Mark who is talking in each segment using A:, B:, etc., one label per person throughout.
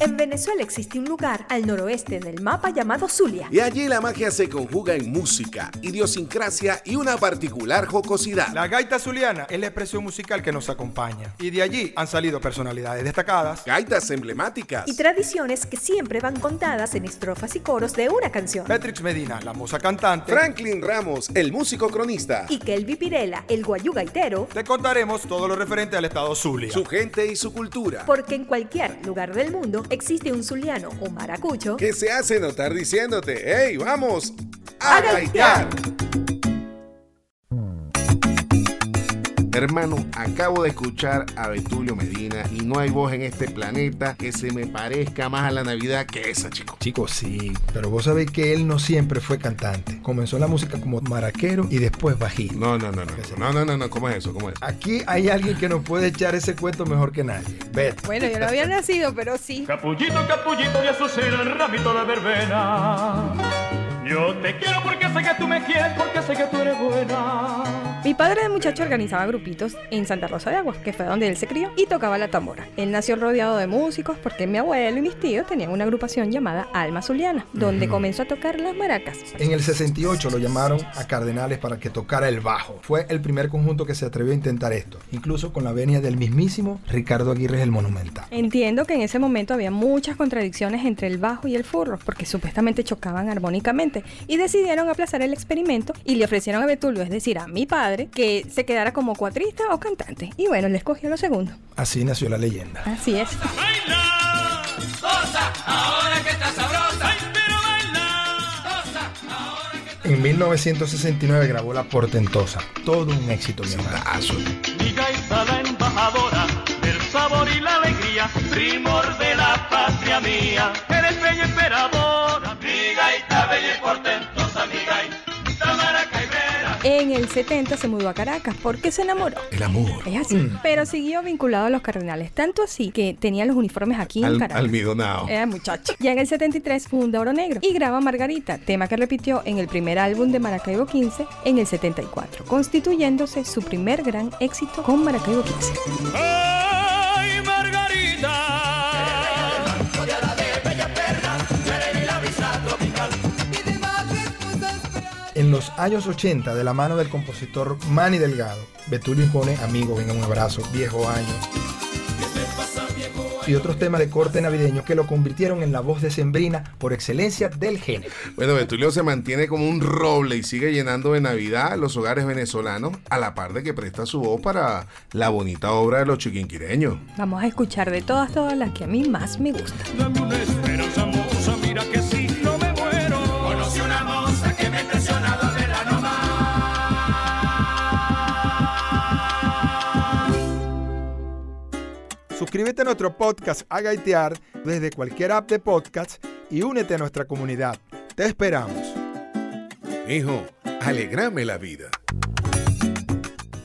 A: En Venezuela existe un lugar al noroeste del mapa llamado Zulia.
B: Y allí la magia se conjuga en música, idiosincrasia y una particular jocosidad.
C: La gaita zuliana es la expresión musical que nos acompaña. Y de allí han salido personalidades destacadas.
B: Gaitas emblemáticas.
A: Y tradiciones que siempre van contadas en estrofas y coros de una canción.
C: Petrix Medina, la moza cantante.
B: Franklin Ramos, el músico cronista.
A: Y Kelby Pirela, el guayú gaitero.
C: Te contaremos todo lo referente al estado Zulia.
B: Su gente y su cultura.
A: Porque en cualquier lugar del mundo existe un zuliano o maracucho
B: que se hace notar diciéndote, hey, vamos
A: a gaitear.
B: Hermano, acabo de escuchar a Betulio Medina y no hay voz en este planeta que se me parezca más a la Navidad que esa, chico.
D: Chicos, sí, pero vos sabéis que él no siempre fue cantante. Comenzó la música como maraquero y después bajista.
B: No, no, no, no. No, no, no, no. ¿Cómo es eso? ¿Cómo es?
D: Aquí hay alguien que nos puede echar ese cuento mejor que nadie. Bet.
E: Bueno, yo no había nacido, pero sí.
F: Capullito, capullito de azucena, el ramito de verbena. Yo te quiero porque sé que tú me quieres, porque sé que tú eres buena.
E: Mi padre de muchacho organizaba grupitos en Santa Rosa de Aguas, que fue donde él se crió, y tocaba la tambora. Él nació rodeado de músicos porque mi abuelo y mis tíos tenían una agrupación llamada Alma Zuliana, donde comenzó a tocar las maracas.
D: En el 68 lo llamaron a Cardenales para que tocara el bajo. Fue el primer conjunto que se atrevió a intentar esto, incluso con la venia del mismísimo Ricardo Aguirre el Monumental.
E: Entiendo que en ese momento había muchas contradicciones entre el bajo y el furro, porque supuestamente chocaban armónicamente, y decidieron aplazar el experimento y le ofrecieron a Betulio, es decir, a mi padre, que se quedara como cuatrista o cantante. Y bueno, le escogió lo segundo.
D: Así nació la leyenda.
E: Así es.
F: Baila, goza, ahora que estás sabrosa. Ay, pero baila, goza, ahora que
D: En 1969 grabó La Portentosa. Todo un éxito, mi hermano.
F: estás... Mi gaita la embajadora del sabor y la alegría, primor de la patria mía. Eres bella emperadora, mi gaita bella y portentosa, mi gaita maracaibera.
E: En el 70 se mudó a Caracas porque se enamoró.
B: El amor.
E: Es así. Pero siguió vinculado a los cardenales, tanto así que tenía los uniformes aquí en
B: Al,
E: Caracas.
B: almidonao.
E: Era Eh, muchacho. Ya en el 73 funda Oro Negro y graba Margarita, tema que repitió en el primer álbum de Maracaibo 15 en el 74, constituyéndose su primer gran éxito con Maracaibo 15.
F: ¡Ay, Margarita!
D: En los años 80, de la mano del compositor Manny Delgado, Betulio impone Amigo, venga un abrazo, Viejo Año. Y otros temas de corte navideño que lo convirtieron en la voz decembrina por excelencia del género.
B: Bueno, Betulio se mantiene como un roble y sigue llenando de Navidad los hogares venezolanos, a la par de que presta su voz para la bonita obra de los chiquinquireños.
E: Vamos a escuchar de todas, todas las que a mí más me gustan.
F: Dame una esperanza moza, mira que si no me muero. Conocí una moza que me impresiona donde la nomás.
C: Suscríbete a nuestro podcast A Gaitear desde cualquier app de podcast y únete a nuestra comunidad. Te esperamos.
B: Hijo, alegrame la vida.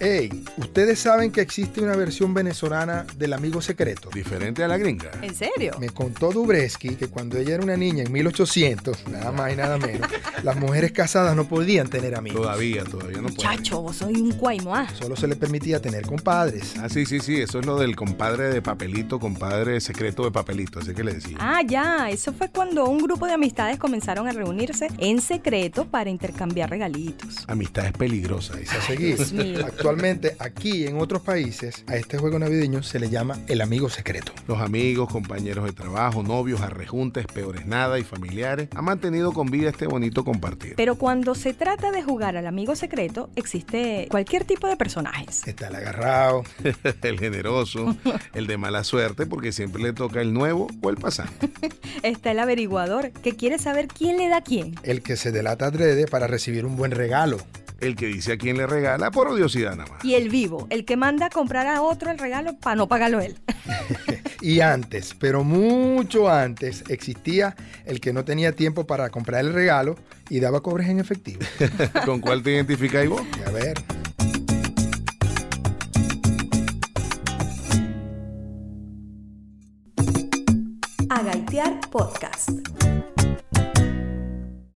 D: Hey, ¿ustedes saben que existe una versión venezolana del Amigo Secreto?
B: Diferente a la gringa.
E: ¿En serio?
D: Me contó Dubreski que cuando ella era una niña en 1800, nada más y nada menos, las mujeres casadas no podían tener amigos.
B: Todavía, todavía no puede.
E: Chacho, vos soy un cuaimoá.
D: Solo se les permitía tener compadres.
B: Ah, sí, sí, sí, eso es lo del compadre de papelito, compadre secreto de papelito, así que le decía.
E: Ah, ya, eso fue cuando un grupo de amistades comenzaron a reunirse en secreto para intercambiar regalitos.
B: Amistad es peligrosa, esa
D: A seguir.
E: Dios mío.
D: Actualmente, aquí y en otros países, a este juego navideño se le llama el amigo secreto.
B: Los amigos, compañeros de trabajo, novios, arrejuntes, peores nada y familiares han mantenido con vida este bonito compartir.
E: Pero cuando se trata de jugar al amigo secreto, existe cualquier tipo de personajes.
D: Está el agarrado,
B: El generoso, el de mala suerte, porque siempre le toca el nuevo o el pasante.
E: Está el averiguador que quiere saber quién le da a quién.
D: el que se delata adrede para recibir un buen regalo.
B: El que dice a quién le regala por odiosidad nada más.
E: Y el vivo, el que manda a comprar a otro el regalo para no pagarlo él.
D: Y antes, pero mucho antes, existía el que no tenía tiempo para comprar el regalo y daba cobres en efectivo.
B: ¿Con cuál te identificáis vos?
D: Y a ver,